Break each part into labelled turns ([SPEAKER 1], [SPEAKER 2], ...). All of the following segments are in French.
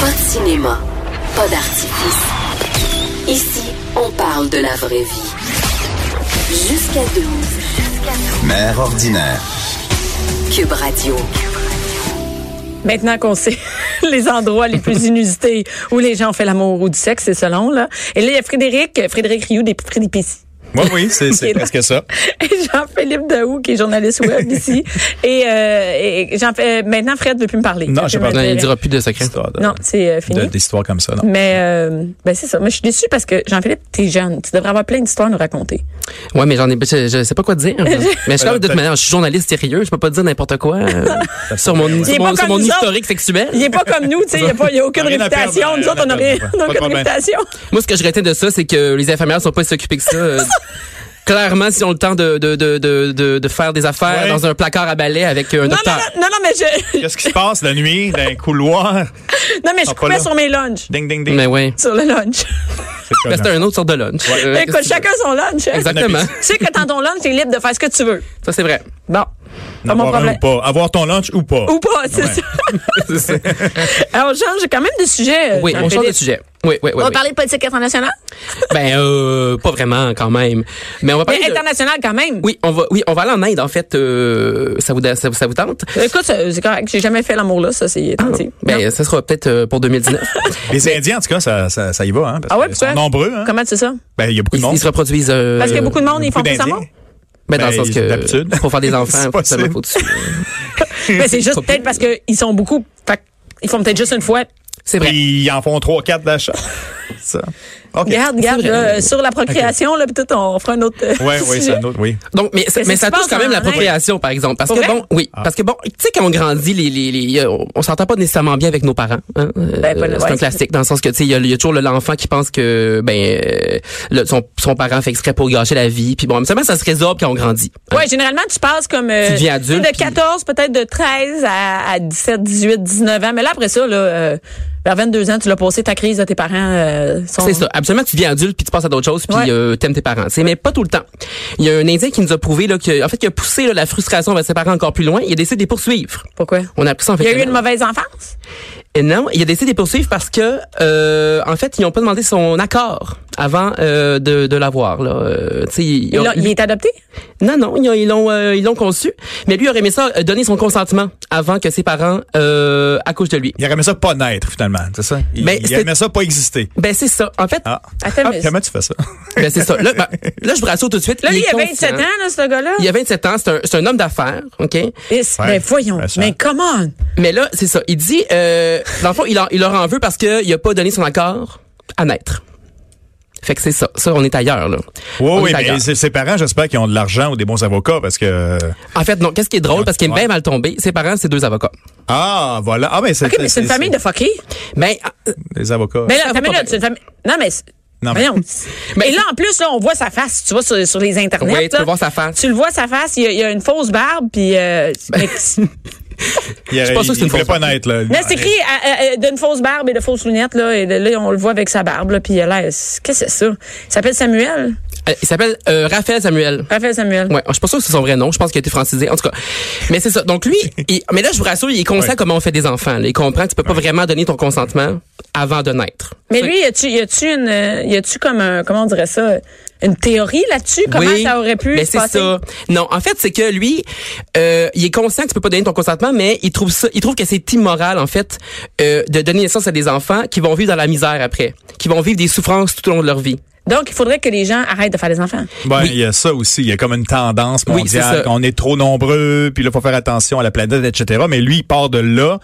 [SPEAKER 1] Pas de cinéma, pas d'artifice. Ici, on parle de la vraie vie. Jusqu'à 12.
[SPEAKER 2] Mère ordinaire.
[SPEAKER 1] Cube Radio.
[SPEAKER 3] Maintenant qu'on sait les endroits les plus inusités où les gens ont fait l'amour ou du sexe, c'est selon, là. Et là, il y a Frédéric, Frédéric Rioux des Frélipéties.
[SPEAKER 4] Oui, oui, c'est c'est presque ça.
[SPEAKER 3] Et Jean-Philippe Daou, qui est journaliste web ici. Et, euh, et Jean euh, maintenant, Fred ne veut plus me parler.
[SPEAKER 4] Non, je
[SPEAKER 3] ne
[SPEAKER 4] parle
[SPEAKER 5] Non, il ne dira plus de secret.
[SPEAKER 3] Non, Ben, c'est euh,
[SPEAKER 4] hein. de,
[SPEAKER 3] fini.
[SPEAKER 4] d'histoires comme ça, non?
[SPEAKER 3] Mais euh, ben c'est ça. Moi, je suis déçue parce que Jean-Philippe, t'es jeune. Tu devrais avoir plein d'histoires à nous raconter.
[SPEAKER 5] Ouais, mais j'en ai, ben, je, je sais pas quoi te dire. mais je suis comme, de toute manière, je suis journaliste sérieux, je peux pas te dire n'importe quoi euh, sur mon, sur
[SPEAKER 3] pas
[SPEAKER 5] mon, sur
[SPEAKER 3] comme
[SPEAKER 5] mon
[SPEAKER 3] nous autres.
[SPEAKER 5] historique sexuel.
[SPEAKER 3] Il est pas comme nous, tu sais. Il n'y a, pas- il y a aucune
[SPEAKER 4] Rien à perdre,
[SPEAKER 3] réputation. Nous
[SPEAKER 4] rien
[SPEAKER 3] autres, on n'a
[SPEAKER 4] à
[SPEAKER 3] rien-
[SPEAKER 4] perdre.
[SPEAKER 3] on n'a
[SPEAKER 4] Pas de
[SPEAKER 3] aucune
[SPEAKER 4] problème.
[SPEAKER 3] réputation.
[SPEAKER 5] Moi, ce que je retiens de ça, c'est que les infirmières sont pas si occupées que ça. euh, Clairement, s'ils ont le temps de, de, de, de, de, de faire des affaires
[SPEAKER 4] Ouais.
[SPEAKER 5] dans un placard à balai avec euh, un
[SPEAKER 3] Non, non,
[SPEAKER 5] docteur.
[SPEAKER 3] non, non, non, mais je,
[SPEAKER 4] Qu'est-ce qui se passe la nuit dans un couloir?
[SPEAKER 3] non, mais je
[SPEAKER 4] Ah, pas
[SPEAKER 3] coupais
[SPEAKER 4] là.
[SPEAKER 3] sur mes lunchs.
[SPEAKER 4] Ding, ding, ding.
[SPEAKER 5] Mais ouais.
[SPEAKER 3] Sur le lunch.
[SPEAKER 4] C'est
[SPEAKER 5] Mais
[SPEAKER 4] comme
[SPEAKER 5] c'est un autre sorte de lunch. Euh, qu'est-ce que
[SPEAKER 3] Écoute,
[SPEAKER 5] tu
[SPEAKER 3] chacun son lunch. hein.
[SPEAKER 5] veux? Exactement.
[SPEAKER 3] Tu sais que dans ton lunch, t'es libre de faire ce que tu veux.
[SPEAKER 5] Ça, c'est vrai.
[SPEAKER 3] Bon. Pas mon
[SPEAKER 4] Avoir un
[SPEAKER 3] problème.
[SPEAKER 4] ou pas. Avoir ton lunch ou pas.
[SPEAKER 3] Ou pas, c'est
[SPEAKER 4] Ouais.
[SPEAKER 3] ça. Alors, change quand même de sujet. euh,
[SPEAKER 5] Oui, on
[SPEAKER 3] Jean-Philippe.
[SPEAKER 5] change de sujet. Oui, oui, oui.
[SPEAKER 3] On va
[SPEAKER 5] oui.
[SPEAKER 3] parler de politique internationale?
[SPEAKER 5] Ben, euh, pas vraiment, quand même. Mais on va parler
[SPEAKER 3] Mais
[SPEAKER 5] de-
[SPEAKER 3] internationale quand même.
[SPEAKER 5] Oui, on va, oui, on va aller en Inde, en fait. euh, ça, vous, ça, vous- ça vous tente?
[SPEAKER 3] Écoute, c'est c'est correct. J'ai jamais fait l'amour là, ça, c'est tenté.
[SPEAKER 5] Ben,
[SPEAKER 3] Non.
[SPEAKER 5] ça sera peut-être euh, pour 2019.
[SPEAKER 4] Les Indiens, en tout cas, ça, ça, ça y va. Hein, parce
[SPEAKER 3] Ah ouais,
[SPEAKER 4] qu'ils sont
[SPEAKER 3] pourquoi?
[SPEAKER 4] nombreux. Hein.
[SPEAKER 3] Comment c'est ça?
[SPEAKER 4] Ben, il y a beaucoup
[SPEAKER 5] ils,
[SPEAKER 4] de monde.
[SPEAKER 5] ils se reproduisent. euh,
[SPEAKER 3] Parce qu'il y a beaucoup de monde, ils font
[SPEAKER 4] Beaucoup
[SPEAKER 3] plus
[SPEAKER 4] d'Indiens.
[SPEAKER 3] d'amour.
[SPEAKER 5] Ben, dans le
[SPEAKER 4] Ben,
[SPEAKER 5] sens que
[SPEAKER 4] d'habitude.
[SPEAKER 5] pour faire des enfants,
[SPEAKER 4] C'est
[SPEAKER 5] faut- ça
[SPEAKER 4] possible.
[SPEAKER 5] faut dessus.
[SPEAKER 3] Mais Ben, c'est juste peut-être parce qu'ils sont beaucoup. Fait qu'ils font peut-être juste une fois.
[SPEAKER 5] C'est vrai.
[SPEAKER 4] Puis ils en font trois, quatre d'achat. ça. OK.
[SPEAKER 3] Regarde, regarde,
[SPEAKER 5] vrai.
[SPEAKER 3] là, euh, sur la procréation, là, peut-être on fera un autre. euh,
[SPEAKER 4] Ouais, oui,
[SPEAKER 3] sujet.
[SPEAKER 4] c'est un autre. Oui.
[SPEAKER 5] Donc, mais, ça-
[SPEAKER 3] Mais
[SPEAKER 5] mais
[SPEAKER 3] c'est
[SPEAKER 5] ça
[SPEAKER 3] pas
[SPEAKER 5] touche quand même
[SPEAKER 3] en Inde.
[SPEAKER 5] l'appropriation, par exemple. Parce
[SPEAKER 3] Pour
[SPEAKER 5] que
[SPEAKER 3] vrai? Ah.
[SPEAKER 5] bon, oui. Parce que bon, tu sais, quand on grandit, les, les, les, euh, on s'entend pas nécessairement bien avec nos parents. hein. Euh,
[SPEAKER 3] Ben, pas le-
[SPEAKER 5] c'est
[SPEAKER 3] ouais.
[SPEAKER 5] un classique, dans le sens que, tu sais, il y, a- il y a toujours le- l'enfant qui pense que, ben, euh, le- son, son parent fait exprès pour gâcher la vie. Puis bon, seulement ça se résorbe quand on grandit. hein.
[SPEAKER 3] Ouais, généralement, tu passes comme. euh,
[SPEAKER 5] Tu deviens adulte,
[SPEAKER 3] De
[SPEAKER 5] puis-
[SPEAKER 3] 14, peut-être de 13 à, à 17, 18, 19 ans. Mais là, après ça, là, euh, vers 22 ans, tu l'as passé ta crise de tes parents. euh, sont-
[SPEAKER 5] C'est ça. Absolument, tu deviens adulte puis tu passes à d'autres choses puis
[SPEAKER 3] Ouais.
[SPEAKER 5] euh, t'aimes tes parents. tu sais, Mais pas tout le temps. Il y a un Indien qui nous a prouvé là, que, en fait, qui a poussé là, la frustration vers ses parents encore plus loin. Il a décidé de les poursuivre.
[SPEAKER 3] Pourquoi?
[SPEAKER 5] On a appris ça en fait.
[SPEAKER 3] Il y a eu une mauvaise enfance?
[SPEAKER 5] Et non, il a décidé de les poursuivre parce que, euh, en fait, ils n'ont pas demandé son accord avant euh, de, de l'avoir. Là, Euh, tu sais, ils- ils
[SPEAKER 3] Il,
[SPEAKER 5] ont-
[SPEAKER 3] l'a- il est adopté?
[SPEAKER 5] non, non, ils ont- ils l'ont, euh, ils l'ont conçu, mais lui aurait aimé ça euh, donner son consentement avant que ses parents euh, accouchent de lui.
[SPEAKER 4] Il aimait ça pas naître, finalement. C'est ça? Il,
[SPEAKER 5] Ben,
[SPEAKER 4] il
[SPEAKER 5] c'est-
[SPEAKER 4] aimait ça pas exister.
[SPEAKER 5] Ben c'est ça. En fait,
[SPEAKER 4] Ah.
[SPEAKER 3] Attends,
[SPEAKER 4] Ah,
[SPEAKER 3] mais-
[SPEAKER 4] comment tu fais ça?
[SPEAKER 5] ben, c'est ça. Là, ben, là, je vous rassure tout de suite.
[SPEAKER 3] Là, lui,
[SPEAKER 5] il
[SPEAKER 3] il
[SPEAKER 5] est
[SPEAKER 3] a 27 ans,
[SPEAKER 5] conscient.
[SPEAKER 3] là, ce gars-là.
[SPEAKER 5] Il a 27 ans, c'est un, c'est un homme d'affaires, OK?
[SPEAKER 3] Et c'est-
[SPEAKER 4] Ouais.
[SPEAKER 3] Mais voyons,
[SPEAKER 4] Ben, ça-
[SPEAKER 3] mais comment?
[SPEAKER 5] Mais là, c'est ça. Il dit, euh, dans le fond, il, en- il leur en veut parce qu'il a pas donné son accord à naître. Fait que c'est ça. Ça, on est ailleurs, là.
[SPEAKER 4] Oui,
[SPEAKER 5] On
[SPEAKER 4] oui,
[SPEAKER 5] est
[SPEAKER 4] mais
[SPEAKER 5] ailleurs.
[SPEAKER 4] ses ses parents, j'espère qu'ils ont de l'argent ou des bons avocats parce que. euh,
[SPEAKER 5] En fait, non. Qu'est-ce qui est drôle, parce qu'il est bien mal tombé, ses parents, c'est deux avocats.
[SPEAKER 4] Ah, voilà. Ah, ben, c'est.
[SPEAKER 3] OK, mais c'est une famille de fuckés.
[SPEAKER 5] Ben,
[SPEAKER 4] Des avocats.
[SPEAKER 3] Mais là, attends, mais
[SPEAKER 5] pas
[SPEAKER 3] là,
[SPEAKER 5] bien.
[SPEAKER 3] c'est une famille. Non, mais. c'est-
[SPEAKER 4] Non, mais-
[SPEAKER 3] Voyons. Mais là, en plus, là, on voit sa face. Tu vois sur, sur les internets.
[SPEAKER 5] Oui, tu
[SPEAKER 3] là,
[SPEAKER 5] peux voir sa face. Ben,
[SPEAKER 3] Tu le vois, sa face. Il y a, il y a une fausse barbe. Puis. euh, mais-
[SPEAKER 4] Il,
[SPEAKER 5] suis pas sûr que c'est
[SPEAKER 4] il
[SPEAKER 5] une
[SPEAKER 4] voulait
[SPEAKER 5] fausse
[SPEAKER 4] pas naître, là.
[SPEAKER 3] là, c'est écrit euh, euh, euh, d'une fausse barbe et de fausses lunettes. Là, et de- là, on le voit avec sa barbe. Là, puis il a l'air. Qu'est-ce que c'est ça? Il s'appelle Samuel.
[SPEAKER 5] euh, il s'appelle euh, Raphaël Samuel.
[SPEAKER 3] Raphaël Samuel.
[SPEAKER 5] Ouais, je suis pas sûre que c'est son vrai nom. Je pense qu'il a été francisé. En tout cas, mais c'est ça. Donc lui, il- mais là, je vous rassure, il est conscient
[SPEAKER 4] Ouais.
[SPEAKER 5] comment on fait des enfants. là. Il comprend que tu peux pas vraiment donner ton consentement avant de naître.
[SPEAKER 3] Mais lui, y a-tu y a-tu une. euh, Y a-tu comme un. Comment on dirait ça? Une théorie là-dessus? Comment
[SPEAKER 5] Oui,
[SPEAKER 3] ça aurait pu
[SPEAKER 5] mais
[SPEAKER 3] se
[SPEAKER 5] c'est
[SPEAKER 3] passer?
[SPEAKER 5] ça. Non, en fait, c'est que lui, euh, il est conscient que tu peux pas donner ton consentement, mais il trouve ça, il trouve que c'est immoral en fait euh, de donner naissance à des enfants qui vont vivre dans la misère après, qui vont vivre des souffrances tout au long de leur vie.
[SPEAKER 3] Donc, il faudrait que les gens arrêtent de faire des enfants.
[SPEAKER 4] Ben, il y a ça aussi. Il y a comme une tendance
[SPEAKER 5] Oui, c'est
[SPEAKER 4] mondiale
[SPEAKER 5] ça.
[SPEAKER 4] qu'on est trop nombreux, puis là, faut faire attention à la planète, etc. Mais lui, il part de là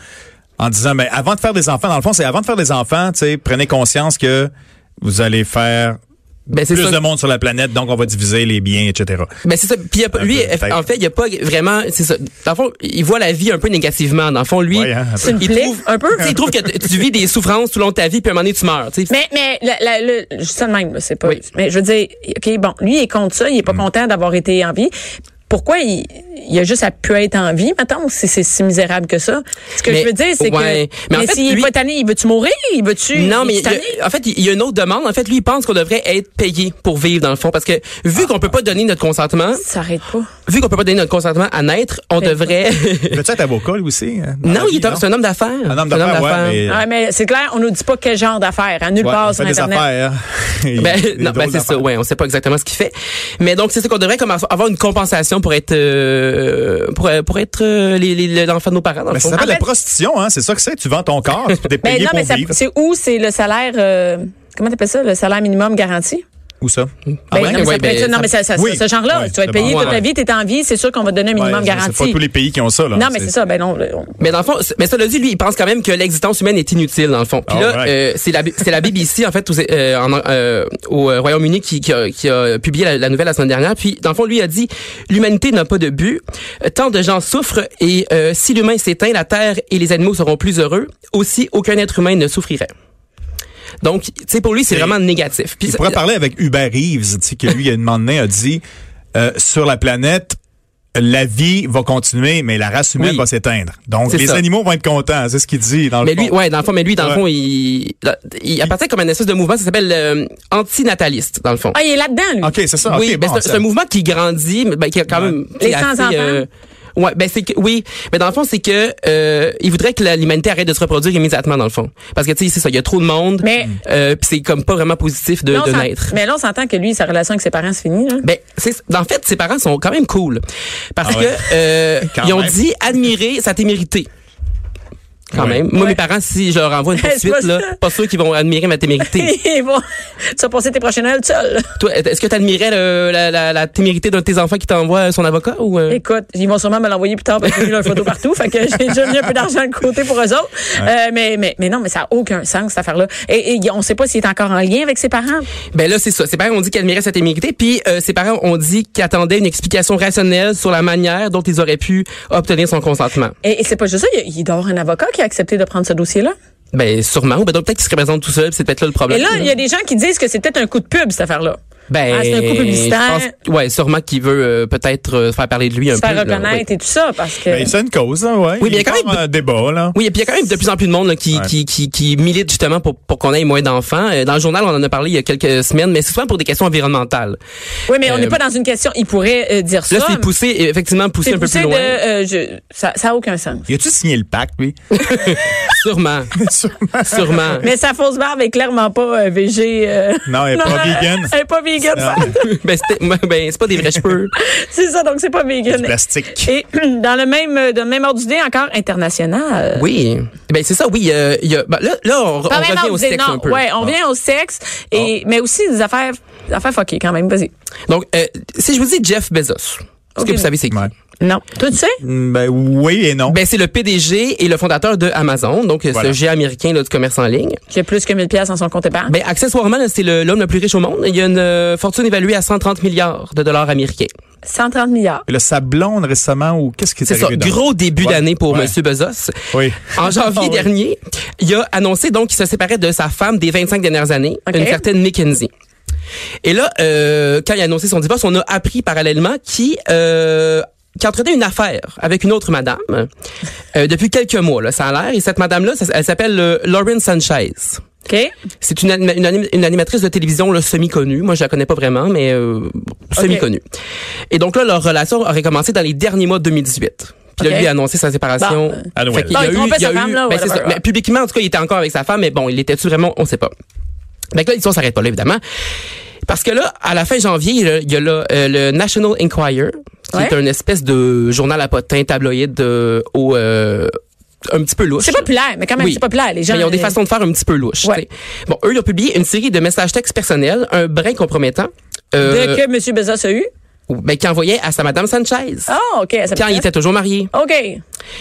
[SPEAKER 4] en disant, ben, mais avant de faire des enfants, dans le fond, c'est avant de faire des enfants, tu sais, prenez conscience que vous allez faire
[SPEAKER 5] Ben, c'est
[SPEAKER 4] plus
[SPEAKER 5] ça.
[SPEAKER 4] de monde sur la planète, donc on va diviser les biens, etc.
[SPEAKER 5] Ben c'est ça. Puis il y a pas-
[SPEAKER 4] Un
[SPEAKER 5] lui,
[SPEAKER 4] peu, peut-être.
[SPEAKER 5] en fait, il y a pas vraiment. C'est ça. Dans le fond, il voit la vie un peu négativement. Dans le fond, lui,
[SPEAKER 4] Ouais, hein, un peu.
[SPEAKER 3] C'est une
[SPEAKER 5] il
[SPEAKER 3] plaie,
[SPEAKER 5] trouve
[SPEAKER 3] un peu.
[SPEAKER 5] tu sais, Il trouve que t- tu vis des souffrances tout au long de ta vie, puis à un moment donné, tu meurs. tu sais.
[SPEAKER 3] Mais, mais, la, la- le- je dis ça de même, là, c'est pas.
[SPEAKER 5] Oui. Mm.
[SPEAKER 3] Mais je veux dire, OK, bon, lui, il est contre ça, il est pas content d'avoir été en vie. Pourquoi il, il a juste à pu être en vie, maintenant, si c'est si misérable que ça? Ce que
[SPEAKER 5] Mais-
[SPEAKER 3] je veux dire, c'est
[SPEAKER 5] ouais.
[SPEAKER 3] que.
[SPEAKER 5] Mais en fait,
[SPEAKER 3] s'il
[SPEAKER 5] lui-
[SPEAKER 3] est pas tanné, il veut-tu mourir? Il veut-tu.
[SPEAKER 5] Non,
[SPEAKER 3] il
[SPEAKER 5] mais
[SPEAKER 3] est
[SPEAKER 5] il y a-
[SPEAKER 3] tanné?
[SPEAKER 5] en fait, il y a une autre demande. En fait, lui, il pense qu'on devrait être payé pour vivre dans le fond, parce que vu qu'on peut pas donner notre consentement,
[SPEAKER 3] Ça arrête pas.
[SPEAKER 5] vu qu'on peut pas donner notre consentement à naître, on
[SPEAKER 3] Ben,
[SPEAKER 5] devrait.
[SPEAKER 4] Veux-tu être avocat, lui aussi? hein, dans
[SPEAKER 5] non,
[SPEAKER 4] la
[SPEAKER 5] il est
[SPEAKER 4] vie,
[SPEAKER 5] un- c'est un homme d'affaires.
[SPEAKER 4] Un homme
[SPEAKER 5] C'est
[SPEAKER 4] d'affaires, ouais, mais-
[SPEAKER 3] Ah, mais c'est clair, on nous dit pas quel genre d'affaires, hein, nulle
[SPEAKER 4] Ouais,
[SPEAKER 3] part
[SPEAKER 4] il
[SPEAKER 3] sur
[SPEAKER 4] fait des
[SPEAKER 3] Internet.
[SPEAKER 4] affaires. Il-
[SPEAKER 5] Ben,
[SPEAKER 4] des
[SPEAKER 5] non, ben,
[SPEAKER 4] drôles
[SPEAKER 5] c'est ça,
[SPEAKER 4] d'affaires.
[SPEAKER 5] ouais, on sait pas exactement ce qu'il fait. Mais donc, c'est ça qu'on devrait comme avoir une compensation pour être, euh, pour, pour être euh, les, les, les- l'enfant de nos parents, dans le
[SPEAKER 4] Ben, ça
[SPEAKER 5] fond.
[SPEAKER 3] En
[SPEAKER 4] s'appelle la
[SPEAKER 3] fait-
[SPEAKER 4] prostitution, hein? C'est ça que c'est. Tu vends ton corps, tu
[SPEAKER 3] Ben
[SPEAKER 4] es payé
[SPEAKER 3] non, mais
[SPEAKER 4] pour
[SPEAKER 3] ça-
[SPEAKER 4] vivre.
[SPEAKER 3] c'est où? C'est le salaire. euh, comment t'appelles ça? Le salaire minimum garanti?
[SPEAKER 4] Où ça?
[SPEAKER 3] Ben,
[SPEAKER 5] Ah ouais?
[SPEAKER 3] non, mais
[SPEAKER 5] Ouais,
[SPEAKER 3] ça peut
[SPEAKER 5] ben,
[SPEAKER 3] être ça. Non,
[SPEAKER 5] ça-
[SPEAKER 3] mais ça- ça-
[SPEAKER 4] Oui.
[SPEAKER 3] ce genre-là,
[SPEAKER 4] Ouais,
[SPEAKER 3] tu vas être
[SPEAKER 4] c'est
[SPEAKER 3] payé
[SPEAKER 4] bon.
[SPEAKER 3] toute
[SPEAKER 5] Ouais.
[SPEAKER 3] ta vie, t'es en vie, c'est sûr qu'on va te donner un minimum
[SPEAKER 4] Ouais,
[SPEAKER 3] garanti.
[SPEAKER 4] C'est pas tous les pays qui ont ça, là.
[SPEAKER 3] Non, mais c'est ça. Ben non, le- on-
[SPEAKER 5] Mais dans le fond, c'est- mais cela dit, lui, il pense quand même que l'existence humaine est inutile dans le fond. Puis là,
[SPEAKER 4] Alright.
[SPEAKER 5] euh, c'est la c'est la BBC en fait aux- euh, en- euh, au euh, Royaume-Uni qui, qui, a, qui a publié la, la nouvelle la semaine dernière. Puis dans le fond, lui a dit l'humanité n'a pas de but. Tant de gens souffrent et euh, si l'humain s'éteint, la terre et les animaux seront plus heureux. Aussi, aucun être humain ne souffrirait. Donc, tu sais, pour lui, c'est
[SPEAKER 4] Et-
[SPEAKER 5] vraiment négatif. Puis
[SPEAKER 4] Il
[SPEAKER 5] ça-
[SPEAKER 4] pourrait parler avec Hubert Reeves, tu sais, que lui, il y a un moment donné, a dit euh, sur la planète, la vie va continuer, mais la race humaine
[SPEAKER 5] Oui.
[SPEAKER 4] va s'éteindre. Donc,
[SPEAKER 5] C'est
[SPEAKER 4] les
[SPEAKER 5] ça.
[SPEAKER 4] animaux vont être contents. C'est ce qu'il dit dans
[SPEAKER 5] Mais
[SPEAKER 4] le
[SPEAKER 5] lui,
[SPEAKER 4] fond.
[SPEAKER 5] ouais, dans le fond, mais lui, dans
[SPEAKER 4] Ouais.
[SPEAKER 5] le fond, il, il appartient comme un espèce de mouvement, ça s'appelle euh, antinataliste, dans le fond.
[SPEAKER 3] Ah, il est là-dedans, lui.
[SPEAKER 4] OK, c'est ça.
[SPEAKER 5] oui,
[SPEAKER 4] OK,
[SPEAKER 5] ben,
[SPEAKER 4] bon,
[SPEAKER 5] c'est-
[SPEAKER 4] ça-
[SPEAKER 5] c'est un mouvement qui grandit, mais ben, qui a quand
[SPEAKER 4] Ouais.
[SPEAKER 5] même
[SPEAKER 3] Les
[SPEAKER 5] c'est
[SPEAKER 3] sans-enfants?
[SPEAKER 5] Ouais, ben c'est que oui, mais dans le fond c'est que euh, il voudrait que la- l'humanité arrête de se reproduire immédiatement dans le fond, parce que tu sais c'est ça, il y a trop de monde,
[SPEAKER 3] Mais-
[SPEAKER 5] euh, puis c'est comme pas vraiment positif de,
[SPEAKER 3] Là, on
[SPEAKER 5] de
[SPEAKER 3] s'en-
[SPEAKER 5] naître.
[SPEAKER 3] Mais là, on s'entend que lui, sa relation avec ses parents, c'est fini. là.
[SPEAKER 5] Ben, c'est, en fait, ses parents sont quand même cool. Parce
[SPEAKER 4] Ah ouais.
[SPEAKER 5] que, euh,
[SPEAKER 4] Quand
[SPEAKER 5] ils ont
[SPEAKER 4] même.
[SPEAKER 5] dit admirer sa témérité. Quand
[SPEAKER 4] Ouais.
[SPEAKER 5] même. Moi,
[SPEAKER 3] Ouais.
[SPEAKER 5] mes parents, si je leur envoie une
[SPEAKER 3] C'est
[SPEAKER 5] poursuite,
[SPEAKER 3] pas
[SPEAKER 5] là,
[SPEAKER 3] ça.
[SPEAKER 5] pas sûr qu'ils vont admirer ma témérité.
[SPEAKER 3] Et bon, tu vas passer tes prochaines Noëls tout seul.
[SPEAKER 5] Toi, est-ce que t'admirais le- la, la, la témérité d'un de tes enfants qui t'envoie son avocat ou, euh?
[SPEAKER 3] Écoute, ils vont sûrement me l'envoyer plus tard parce que j'ai mis leur photo partout. Fait que j'ai déjà mis un peu d'argent de côté pour eux autres. Euh, mais, mais, mais non, mais ça n'a aucun sens, cette affaire-là. Et, et on ne sait pas s'il est encore en lien avec ses parents.
[SPEAKER 5] Ben là, c'est ça. Ses parents ont dit qu'ils admiraient sa témérité, puis euh, ses parents ont dit qu'ils attendaient une explication rationnelle sur la manière dont ils auraient pu obtenir son consentement.
[SPEAKER 3] Et, et c'est pas juste ça, il, il doit y avoir un avocat qui a accepté de prendre ce dossier-là.
[SPEAKER 5] Ben, sûrement. Ou ben, donc, peut-être qu'ils se représentent tout seuls, puis c'est peut-être là le
[SPEAKER 3] Et
[SPEAKER 5] problème.
[SPEAKER 3] là, il y a des gens qui disent que c'est peut-être un coup de pub, cette affaire-là.
[SPEAKER 5] Ben,
[SPEAKER 3] Ah, c'est un coup publicitaire.
[SPEAKER 5] je pense- ouais, sûrement qu'il veut euh, peut-être euh, faire parler de lui un
[SPEAKER 3] Se
[SPEAKER 5] peu.
[SPEAKER 3] faire
[SPEAKER 5] là,
[SPEAKER 3] reconnaître
[SPEAKER 5] ouais.
[SPEAKER 3] et tout ça, parce que...
[SPEAKER 4] Ben, c'est une cause, là, ouais.
[SPEAKER 5] Oui, mais il y a
[SPEAKER 4] part
[SPEAKER 5] quand même-
[SPEAKER 4] un débat, là.
[SPEAKER 5] Oui, et puis il y a quand même de plus en plus de monde là, qui,
[SPEAKER 4] Ouais.
[SPEAKER 5] qui, qui, qui milite justement pour, pour qu'on ait moins d'enfants. Euh, Dans le journal, on en a parlé il y a quelques semaines, mais c'est souvent pour des questions environnementales.
[SPEAKER 3] oui, mais on n'est
[SPEAKER 5] euh,
[SPEAKER 3] pas dans une question... Il pourrait euh, dire
[SPEAKER 5] Là,
[SPEAKER 3] ça.
[SPEAKER 5] c'est poussé, effectivement, poussé
[SPEAKER 3] C'est
[SPEAKER 5] un peu
[SPEAKER 3] poussé
[SPEAKER 5] plus
[SPEAKER 3] de...
[SPEAKER 5] loin.
[SPEAKER 3] euh, je- ça n'a aucun sens.
[SPEAKER 4] Y a-tu signé le pacte, lui?
[SPEAKER 5] Sûrement, sûrement.
[SPEAKER 3] Mais sa fausse barbe est clairement pas euh, VG. euh,
[SPEAKER 4] Non, elle est pas vegan.
[SPEAKER 3] Elle est pas vegan, ça.
[SPEAKER 5] ben, c'était- ben, c'est pas des vrais cheveux.
[SPEAKER 3] C'est ça, donc c'est pas vegan.
[SPEAKER 4] Du plastique.
[SPEAKER 3] Et dans le même, euh, dans le même ordre d'idée, encore international.
[SPEAKER 5] Oui. Ben c'est ça, oui. euh, il y a, ben, là, là, on, on
[SPEAKER 3] Pas même
[SPEAKER 5] revient
[SPEAKER 3] ordre
[SPEAKER 5] au
[SPEAKER 3] d'idée,
[SPEAKER 5] sexe
[SPEAKER 3] non.
[SPEAKER 5] un peu.
[SPEAKER 3] Ouais, on vient au sexe, et, mais aussi des affaires, des affaires fuckées quand même. Vas-y.
[SPEAKER 5] Donc, euh, si je vous dis Jeff Bezos, est-ce
[SPEAKER 3] Ok.
[SPEAKER 5] que vous savez c'est qui?
[SPEAKER 4] Ouais.
[SPEAKER 3] Non. Toi, tu sais?
[SPEAKER 4] Mm, Ben, oui et non.
[SPEAKER 5] Ben, c'est le PDG et le fondateur de Amazon, donc euh,
[SPEAKER 4] Voilà.
[SPEAKER 5] ce géant américain là, du commerce en ligne.
[SPEAKER 3] Qui a plus que 1000 pièces dans son compte épargne.
[SPEAKER 5] Ben, accessoirement, là, c'est le- l'homme le plus riche au monde. Il y a une euh, fortune évaluée à 130 milliards de dollars américains.
[SPEAKER 3] 130 milliards.
[SPEAKER 4] Le sablon récemment, ou qu'est-ce qui est
[SPEAKER 5] C'est ça,
[SPEAKER 4] arrivé? dans-
[SPEAKER 5] gros début
[SPEAKER 4] Ouais.
[SPEAKER 5] d'année pour
[SPEAKER 4] Ouais.
[SPEAKER 5] Monsieur Bezos.
[SPEAKER 4] Oui.
[SPEAKER 5] En janvier
[SPEAKER 4] Ah oui.
[SPEAKER 5] dernier, il a annoncé donc qu'il se séparait de sa femme des 25 dernières années,
[SPEAKER 3] Ok.
[SPEAKER 5] une certaine Mackenzie. Et là, euh, quand il a annoncé son divorce, on a appris parallèlement qu'il euh, qu'il entretenait une affaire avec une autre madame euh, depuis quelques mois, là, ça a l'air. Et cette madame-là, ça- elle s'appelle euh, Lauren Sanchez.
[SPEAKER 3] OK?
[SPEAKER 5] C'est une, anima- une anim- une animatrice de télévision là, semi-connue. Moi, je la connais pas vraiment, mais euh, semi-connue. Et donc là, leur relation aurait commencé dans les derniers mois de 2018. Puis là,
[SPEAKER 3] Ok.
[SPEAKER 5] lui a annoncé sa séparation.
[SPEAKER 3] Bon.
[SPEAKER 4] À Noël.
[SPEAKER 5] Fait qu'il
[SPEAKER 3] Bon,
[SPEAKER 5] y a
[SPEAKER 3] il
[SPEAKER 5] eu-
[SPEAKER 3] trompait
[SPEAKER 5] il y a
[SPEAKER 3] sa
[SPEAKER 5] eu-
[SPEAKER 3] femme, là,
[SPEAKER 5] ben, c'est
[SPEAKER 3] whatever.
[SPEAKER 5] ça. Mais publiquement, en tout cas, il était encore avec sa femme, mais bon, il était-tu vraiment, on sait pas. Donc là, l'histoire s'arrête pas là, évidemment. Parce que là, à la fin janvier, il y a- il y a là, euh, le National Enquirer, qui
[SPEAKER 3] Ouais.
[SPEAKER 5] est une espèce de journal à potins tabloïd euh, au, euh, un petit peu louche.
[SPEAKER 3] C'est populaire, mais quand même,
[SPEAKER 5] Oui.
[SPEAKER 3] c'est populaire. Les gens.
[SPEAKER 5] Mais ils ont des
[SPEAKER 3] euh,
[SPEAKER 5] façons de faire un petit peu louches.
[SPEAKER 3] Ouais.
[SPEAKER 5] t'sais. Bon, eux, ils ont publié une série de messages textes personnels, un brin compromettant.
[SPEAKER 3] De
[SPEAKER 5] Euh,
[SPEAKER 3] que M. Bezos a eu.
[SPEAKER 5] ou- ben, qu'il envoyait à sa madame Sanchez.
[SPEAKER 3] Ah, OK. elle
[SPEAKER 5] Quand
[SPEAKER 3] s'appelle-
[SPEAKER 5] il était toujours marié.
[SPEAKER 3] OK.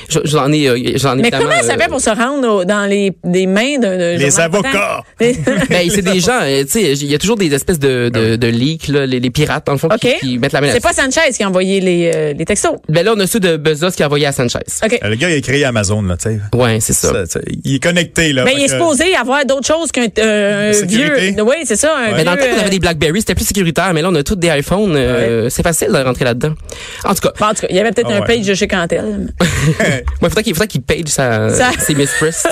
[SPEAKER 5] Je- J'en ai, euh, j'en ai
[SPEAKER 3] Mais
[SPEAKER 5] évidemment,
[SPEAKER 3] comment ça
[SPEAKER 5] euh,
[SPEAKER 3] fait pour se rendre au- dans les, des mains d'un d'un
[SPEAKER 4] Les
[SPEAKER 3] journal de
[SPEAKER 4] avocats.
[SPEAKER 3] patent?
[SPEAKER 5] Ben, c'est des gens, euh, tu sais, il y a toujours des espèces de, de, de leaks, là, les, les pirates, dans le fond,
[SPEAKER 3] OK.
[SPEAKER 5] qui, qui mettent la menace.
[SPEAKER 3] C'est pas Sanchez qui a envoyé les, euh, les textos.
[SPEAKER 5] Ben là, on a su de Bezos qui a envoyé à Sanchez.
[SPEAKER 3] OK.
[SPEAKER 4] Euh, Le gars, il a créé Amazon, là, tu sais.
[SPEAKER 5] Ouais, c'est ça.
[SPEAKER 4] Ça, tu sais, Il est connecté, là.
[SPEAKER 3] Mais Ben, il est
[SPEAKER 4] Fait que-
[SPEAKER 3] supposé avoir d'autres choses qu'un euh, un
[SPEAKER 4] Sécurité.
[SPEAKER 3] vieux. Oui, c'est ça. Un
[SPEAKER 5] Mais dans le temps
[SPEAKER 3] vieux, euh,
[SPEAKER 5] qu'on avait des Blackberry, c'était plus sécuritaire, mais là, on a tous des iPhones. euh, C'est facile de rentrer là-dedans. En tout cas,
[SPEAKER 3] euh, bon, en tout cas, il y avait peut-être
[SPEAKER 4] Ah
[SPEAKER 3] un
[SPEAKER 4] ouais.
[SPEAKER 3] page de chez Cantel.
[SPEAKER 5] moi, faudrait qu'il faudrait qu'il page sa,
[SPEAKER 3] Ça-
[SPEAKER 5] ses mistress.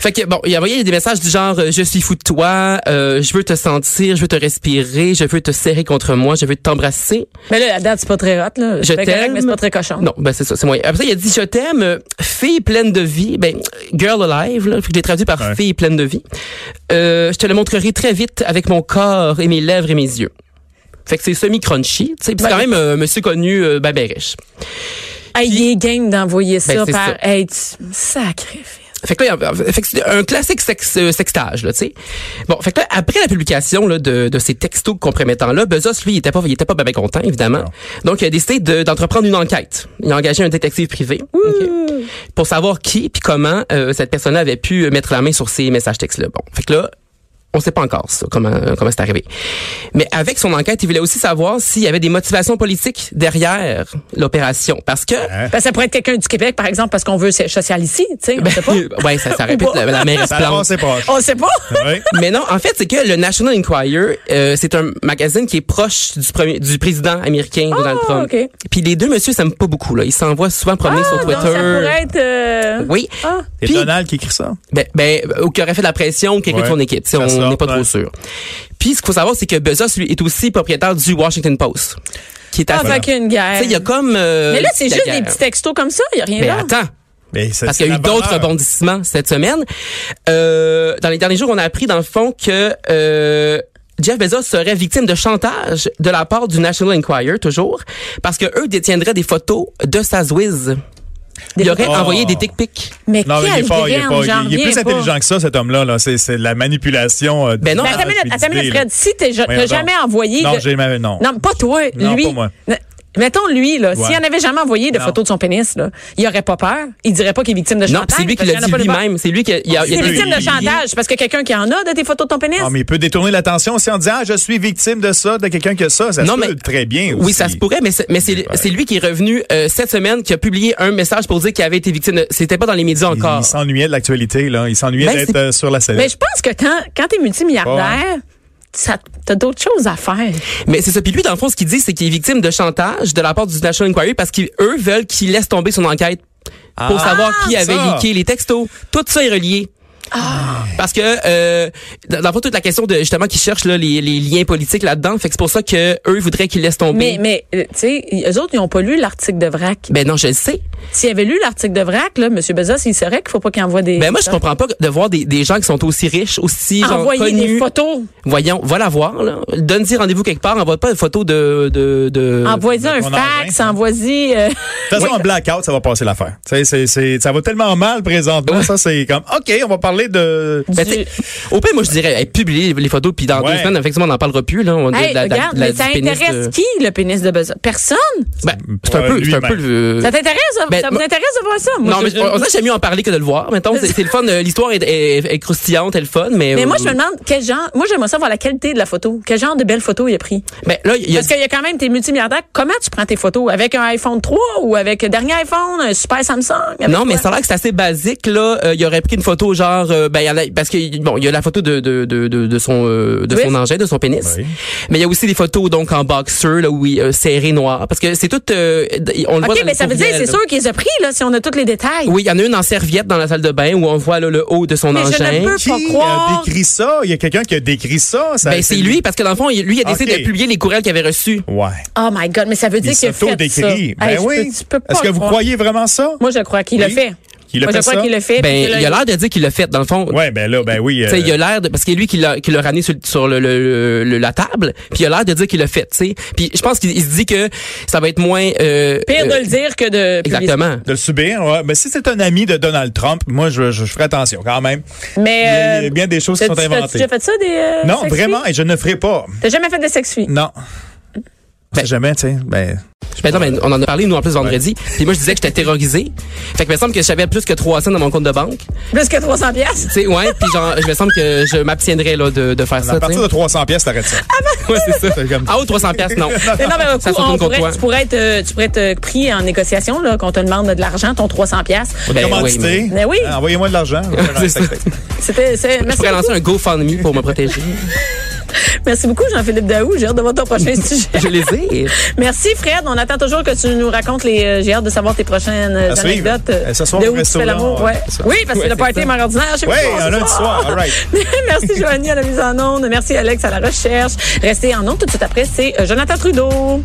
[SPEAKER 5] fait que bon, il a envoyé des messages du genre euh, je suis fou de toi, euh, je veux te sentir, je veux te respirer, je veux te serrer contre moi, je veux t'embrasser.
[SPEAKER 3] Mais là, la date, c'est pas très hot. Là.
[SPEAKER 5] Je
[SPEAKER 3] C'est correct,
[SPEAKER 5] t'aime.
[SPEAKER 3] mais c'est pas très cochon.
[SPEAKER 5] Non, ben c'est ça, c'est moi. Après ça, il a dit je t'aime, euh, fille pleine de vie, ben girl alive, là, Fait que j'ai traduit par
[SPEAKER 4] Ouais.
[SPEAKER 5] fille pleine de vie. Euh, je te le montrerai très vite avec mon corps et mes lèvres et mes yeux. Fait que c'est semi crunchy, tu sais, puis c'est quand même euh, monsieur connu euh, ben, ben riche.
[SPEAKER 3] Hey, il est game d'envoyer ça
[SPEAKER 5] Ben, c'est
[SPEAKER 3] par.
[SPEAKER 5] ça.
[SPEAKER 3] Hey, tu- sacré fils.
[SPEAKER 5] Fait que là, il y a- euh, fait que c'est un classique sex- euh, sextage, là, tu sais. Bon, fait que là, après la publication là, de, de ces textos compromettants-là, Bezos, lui, il était pas, il était pas bien content, évidemment. Donc, il a décidé de- d'entreprendre une enquête. Il a engagé un détective privé ok, pour savoir qui puis comment euh, cette personne avait pu mettre la main sur ces messages textes-là. Bon, fait que là, on sait pas encore ça, comment euh, comment c'est arrivé. Mais avec son enquête, il voulait aussi savoir s'il y avait des motivations politiques derrière l'opération, parce que
[SPEAKER 4] hein?
[SPEAKER 3] Ben, ça pourrait être quelqu'un du Québec, par exemple, parce qu'on veut se- social ici, tu sais, on sait pas.
[SPEAKER 5] ouais, ça, ça répète la, la mairesse
[SPEAKER 4] Ça
[SPEAKER 5] Plante.
[SPEAKER 4] passe, c'est proche.
[SPEAKER 3] On sait pas.
[SPEAKER 4] Ouais.
[SPEAKER 5] Mais non, en fait, c'est que le National Enquirer, euh, c'est un magazine qui est proche du premier, du président américain Donald
[SPEAKER 3] Ah,
[SPEAKER 5] Trump.
[SPEAKER 3] ok. Ah,
[SPEAKER 5] Puis les deux messieurs s'aiment pas beaucoup là. Ils s'envoient souvent promener sur
[SPEAKER 3] donc, ça
[SPEAKER 5] Twitter.
[SPEAKER 3] pourrait être. euh,
[SPEAKER 5] Oui.
[SPEAKER 3] Ah.
[SPEAKER 4] C'est
[SPEAKER 5] Puis-
[SPEAKER 4] Donald qui écrit ça.
[SPEAKER 5] Ben, ben, ou qui aurait fait de la pression, ou quelqu'un de
[SPEAKER 4] Ouais.
[SPEAKER 5] son équipe. Tu sais,
[SPEAKER 4] Ça
[SPEAKER 5] on
[SPEAKER 4] sort,
[SPEAKER 5] n'est pas trop
[SPEAKER 4] ouais.
[SPEAKER 5] sûr. Puis ce qu'il faut savoir, c'est que Bezos lui est aussi propriétaire du Washington Post, qui est
[SPEAKER 3] Ah,
[SPEAKER 5] à.
[SPEAKER 3] fait qu'il y a une guerre.
[SPEAKER 5] il y a comme. euh,
[SPEAKER 3] Mais là, c'est
[SPEAKER 5] la
[SPEAKER 3] juste
[SPEAKER 5] guerre.
[SPEAKER 3] des petits textos comme ça, il n'y a rien
[SPEAKER 5] Mais
[SPEAKER 3] d'autre.
[SPEAKER 5] attends.
[SPEAKER 4] Mais c'est-
[SPEAKER 5] Parce
[SPEAKER 4] Ben, c'est
[SPEAKER 5] qu'il y a
[SPEAKER 4] la
[SPEAKER 5] eu d'autres
[SPEAKER 4] bonheur.
[SPEAKER 5] rebondissements cette semaine. Euh, dans les derniers jours, on a appris dans le fond que euh, Jeff Bezos serait victime de chantage de la part du National Enquirer, toujours, parce que eux détiendraient des photos de sa Zwiz. Il aurait
[SPEAKER 4] Oh.
[SPEAKER 5] envoyé des dick pics.
[SPEAKER 3] Mais
[SPEAKER 4] Non, mais il est
[SPEAKER 3] quelle
[SPEAKER 4] fort, il est
[SPEAKER 3] graine,
[SPEAKER 4] fort.
[SPEAKER 3] j'en
[SPEAKER 4] Il est plus
[SPEAKER 3] reviens pas.
[SPEAKER 4] intelligent que ça, cet homme-là. Là. C'est c'est de la manipulation. euh,
[SPEAKER 5] Ben non,
[SPEAKER 3] Mais attends,
[SPEAKER 4] d'images
[SPEAKER 3] une minute,
[SPEAKER 4] puis
[SPEAKER 3] attends une minute,
[SPEAKER 4] d'idées,
[SPEAKER 3] Fred,
[SPEAKER 4] là.
[SPEAKER 3] si t'es ja-
[SPEAKER 4] Voyons
[SPEAKER 3] t'as jamais
[SPEAKER 4] donc.
[SPEAKER 3] envoyé.
[SPEAKER 4] Non,
[SPEAKER 3] de-
[SPEAKER 4] j'ai jamais- non.
[SPEAKER 3] Non, pas toi,
[SPEAKER 4] Non,
[SPEAKER 3] lui.
[SPEAKER 4] pas moi.
[SPEAKER 3] N- Mettons lui, là, s'il
[SPEAKER 4] Ouais.
[SPEAKER 3] en avait jamais envoyé de
[SPEAKER 4] Non.
[SPEAKER 3] photos de son pénis, là, il aurait pas peur. Il dirait pas qu'il est victime de
[SPEAKER 5] Non,
[SPEAKER 3] chantage.
[SPEAKER 5] c'est lui qui
[SPEAKER 3] parce
[SPEAKER 5] l'a
[SPEAKER 3] qu'il en
[SPEAKER 5] dit
[SPEAKER 3] a pas le droit.
[SPEAKER 5] lui-même. C'est lui qui a, il a- il
[SPEAKER 3] C'est
[SPEAKER 5] a-
[SPEAKER 4] lui,
[SPEAKER 3] victime de
[SPEAKER 4] il-
[SPEAKER 3] chantage parce que quelqu'un qui en a de tes photos de ton pénis.
[SPEAKER 4] Non, mais il peut détourner l'attention aussi en disant Ah, je suis victime de ça, de quelqu'un qui a ça. Ça
[SPEAKER 5] Non,
[SPEAKER 4] se
[SPEAKER 5] mais-
[SPEAKER 4] peut très bien aussi.
[SPEAKER 5] Oui, ça se pourrait, mais c'est, mais c'est,
[SPEAKER 4] Ouais.
[SPEAKER 5] c'est lui qui est revenu euh, cette semaine, qui a publié un message pour dire qu'il avait été victime. de- C'était pas dans les médias
[SPEAKER 4] Il,
[SPEAKER 5] encore.
[SPEAKER 4] il s'ennuyait de l'actualité, là. Il s'ennuyait
[SPEAKER 5] Ben,
[SPEAKER 4] d'être
[SPEAKER 5] c'est-
[SPEAKER 4] euh, sur la scène.
[SPEAKER 3] Mais je pense que quand, quand t'es multimilliardaire, ça, t'as d'autres choses à faire.
[SPEAKER 5] Mais c'est ça. Puis lui, dans le fond, ce qu'il dit, c'est qu'il est victime de chantage de la part du National Inquiry parce qu'eux veulent qu'il laisse tomber son enquête pour savoir qui avait
[SPEAKER 4] ça.
[SPEAKER 5] leaké les textos. Tout ça est relié.
[SPEAKER 3] Ah.
[SPEAKER 5] Parce que euh, dans dans le fond, toute la question de justement qu'ils cherchent là, les, les liens politiques là-dedans, fait que c'est pour ça que eux voudraient qu'ils laissent tomber.
[SPEAKER 3] Mais, mais euh, tu sais, eux autres, ils n'ont pas lu l'article de VRAC.
[SPEAKER 5] ben non, je le sais.
[SPEAKER 3] S'ils avaient lu l'article de VRAC, là, M. Bezos, il saurait qu'il faut pas qu'il envoie des.
[SPEAKER 5] Ben moi, je comprends pas de voir des, des gens qui sont aussi riches, aussi genre,
[SPEAKER 3] Envoyer des
[SPEAKER 5] connus.
[SPEAKER 3] photos.
[SPEAKER 5] Voyons, va la voir. là. Donne-y rendez-vous quelque part. Envoie pas une photo de de. de
[SPEAKER 3] Envoyer un
[SPEAKER 4] on en
[SPEAKER 3] fax,
[SPEAKER 4] revient.
[SPEAKER 3] envoyer. euh,
[SPEAKER 4] De toute façon, en blackout, ça va passer l'affaire. Tu sais, c'est- c'est- ça va tellement mal présentement. Ça, c'est comme, OK, on va parler de...
[SPEAKER 5] Ben,
[SPEAKER 3] du-
[SPEAKER 5] t'sais, au pire, moi, je dirais, hey, publier les photos, puis dans
[SPEAKER 4] Ouais.
[SPEAKER 5] deux semaines, effectivement, on n'en parlera plus. Là, on
[SPEAKER 3] Hey,
[SPEAKER 5] de la- de la-
[SPEAKER 3] regarde,
[SPEAKER 5] de la-
[SPEAKER 3] mais ça
[SPEAKER 5] du pénis
[SPEAKER 3] intéresse
[SPEAKER 5] de-
[SPEAKER 3] qui, le pénis de Bezos? Personne?
[SPEAKER 5] Ben, c'est un
[SPEAKER 4] Ouais,
[SPEAKER 5] peu, c'est un
[SPEAKER 4] lui-même.
[SPEAKER 5] peu le...
[SPEAKER 3] Ça t'intéresse? ça?
[SPEAKER 5] Ben,
[SPEAKER 3] ça vous
[SPEAKER 5] moi-
[SPEAKER 3] intéresse de voir ça? Moi,
[SPEAKER 5] non,
[SPEAKER 3] je-
[SPEAKER 5] mais
[SPEAKER 3] je-
[SPEAKER 5] on on dirait que j'aime mieux en parler que de le voir. Mettons, c'est c'est le fun. euh, L'histoire est, est- est croustillante, elle est le fun, mais...
[SPEAKER 3] mais
[SPEAKER 5] euh,
[SPEAKER 3] moi, je me demande quel genre. Moi, j'aimerais savoir la qualité de la photo. Quel genre de belle photo il a pris?
[SPEAKER 5] Ben, là, il y a...
[SPEAKER 3] Parce qu'il y a quand même tes multimilliardaires. Comment tu prends tes photos? Avec un iPhone 3 ou avec un dernier iPhone, un super Samsung? avec
[SPEAKER 5] Non, mais
[SPEAKER 3] quoi?
[SPEAKER 5] ça a l'air que c'est assez basique, là. Euh, il aurait pris une photo, genre, euh, ben, il y en a- parce que, bon, il y a la photo de, de, de, de, de son, euh, de
[SPEAKER 3] Oui.
[SPEAKER 5] son engin, de son pénis.
[SPEAKER 4] Oui.
[SPEAKER 5] Mais il y a aussi des photos, donc, en boxer, là, où il, euh, serré noir. Parce que c'est tout, euh, on le voit
[SPEAKER 3] OK,
[SPEAKER 5] dans
[SPEAKER 3] mais
[SPEAKER 5] le
[SPEAKER 3] ça veut dire,
[SPEAKER 5] courriel,
[SPEAKER 3] c'est
[SPEAKER 5] là.
[SPEAKER 3] sûr qu'ils les a pris, là, si on a tous les détails.
[SPEAKER 5] Oui, il y en a une en serviette dans la salle de bain où on voit là, le haut de son
[SPEAKER 3] Mais je
[SPEAKER 5] engin.
[SPEAKER 3] ne peux
[SPEAKER 4] Qui
[SPEAKER 3] pas croire.
[SPEAKER 4] a décrit ça? Il y a quelqu'un qui a décrit ça? ça
[SPEAKER 5] Ben, c'est lui, parce que dans le fond, il- lui, il a décidé
[SPEAKER 4] Ok.
[SPEAKER 5] de publier les courriels qu'il avait reçus.
[SPEAKER 4] Ouais.
[SPEAKER 3] Oh my God, mais ça veut dire
[SPEAKER 4] Il
[SPEAKER 3] qu'il a fait ça.
[SPEAKER 4] s'auto-décrit. Ben
[SPEAKER 3] Hey, je
[SPEAKER 4] oui.
[SPEAKER 3] peux- tu peux pas
[SPEAKER 4] Est-ce que vous
[SPEAKER 3] croire.
[SPEAKER 4] croyez vraiment ça?
[SPEAKER 3] Moi, je crois qu'il l'a
[SPEAKER 4] Oui.
[SPEAKER 3] fait.
[SPEAKER 4] Qu'il a
[SPEAKER 3] Moi,
[SPEAKER 4] fait
[SPEAKER 3] je crois
[SPEAKER 4] ça?
[SPEAKER 3] qu'il l'a fait.
[SPEAKER 5] Ben,
[SPEAKER 3] puis Eh, que là,
[SPEAKER 5] il a l'air de dire qu'il l'a fait, dans le fond.
[SPEAKER 4] Ouais, ben là, ben oui.
[SPEAKER 5] Tu
[SPEAKER 4] euh,
[SPEAKER 5] sais, il a l'air de, parce que c'est lui qui l'a, qui l'a ramené sur, sur le, le- le- la table, puis il a l'air de dire qu'il l'a fait, tu sais. Puis je pense qu'il il se dit que ça va être moins, euh,
[SPEAKER 3] Pire
[SPEAKER 5] euh,
[SPEAKER 3] de le dire que de. publier ça.
[SPEAKER 5] Exactement.
[SPEAKER 4] euh, de le subir, ouais. Mais si c'est un ami de Donald Trump, moi, je, je, je ferai attention quand même. Il y a-
[SPEAKER 3] Mais. euh,
[SPEAKER 4] il y a bien des choses qui
[SPEAKER 3] t'as-
[SPEAKER 4] sont
[SPEAKER 3] t'as- T'as
[SPEAKER 4] inventées.
[SPEAKER 3] déjà fait ça, des. euh,
[SPEAKER 4] Non,
[SPEAKER 3] sex
[SPEAKER 4] vraiment,
[SPEAKER 3] fees?
[SPEAKER 4] et je ne ferai pas.
[SPEAKER 3] T'as jamais fait de sex fees?
[SPEAKER 4] Non. On sait jamais, tu sais. Ben, je sais
[SPEAKER 5] Ben non,
[SPEAKER 4] pas.
[SPEAKER 5] mais on en a parlé, nous, en plus, vendredi. Puis moi, je disais que j'étais terrorisé. Fait que, il me semble que j'avais plus que 300 dans mon compte de banque.
[SPEAKER 3] Plus que 300 pièces.
[SPEAKER 5] Tu sais, ouais, puis genre, je me semble que je m'abstiendrais, là, de, de faire ça.
[SPEAKER 4] à partir
[SPEAKER 5] tu
[SPEAKER 4] de
[SPEAKER 5] sais. Ah,
[SPEAKER 4] 300 pièces, t'arrêtes ça.
[SPEAKER 5] Ouais, c'est ça.
[SPEAKER 4] C'est comme-
[SPEAKER 5] En haut de 300 piastres, non.
[SPEAKER 3] Mais non, mais au
[SPEAKER 5] Ça
[SPEAKER 3] coup,
[SPEAKER 5] se retourne
[SPEAKER 3] on
[SPEAKER 5] contre
[SPEAKER 3] pourrait-
[SPEAKER 5] toi.
[SPEAKER 3] tu pourrais être, euh, tu pourrais être euh, pris en négociation, là, qu'on te demande de l'argent, ton 300 pièces.
[SPEAKER 5] Ben oui,
[SPEAKER 4] Commandité.
[SPEAKER 5] mais-
[SPEAKER 3] Mais oui.
[SPEAKER 4] Ah, Envoyez-moi de l'argent.
[SPEAKER 5] C'est ça.
[SPEAKER 3] C'était, c'est-
[SPEAKER 5] Je
[SPEAKER 3] merci,
[SPEAKER 5] pourrais lancer
[SPEAKER 3] beaucoup.
[SPEAKER 5] un GoFundMe pour me protéger.
[SPEAKER 3] merci beaucoup, Jean-Philippe Daou. J'ai hâte de voir ton prochain sujet.
[SPEAKER 5] Je les ai.
[SPEAKER 3] Merci, Fred. On attend toujours que tu nous racontes les, euh, j'ai hâte de savoir tes prochaines euh,
[SPEAKER 4] À suivre.
[SPEAKER 3] anecdotes. euh,
[SPEAKER 4] Euh, ce soir
[SPEAKER 3] de
[SPEAKER 4] au
[SPEAKER 3] où tu
[SPEAKER 4] resto
[SPEAKER 3] fais
[SPEAKER 4] là,
[SPEAKER 3] l'amour.
[SPEAKER 4] on-
[SPEAKER 3] Ouais.
[SPEAKER 4] c'est ça.
[SPEAKER 3] Oui, parce que
[SPEAKER 5] Ouais,
[SPEAKER 3] le
[SPEAKER 5] c'est
[SPEAKER 3] party
[SPEAKER 5] ça.
[SPEAKER 3] est ordinaire chez
[SPEAKER 4] Oui,
[SPEAKER 3] vous.
[SPEAKER 4] un lundi soir. All right.
[SPEAKER 3] Merci, Joanie, à la mise en onde. Merci, Alex, à la recherche. Restez en onde tout de suite après. C'est euh, Jonathan Trudeau.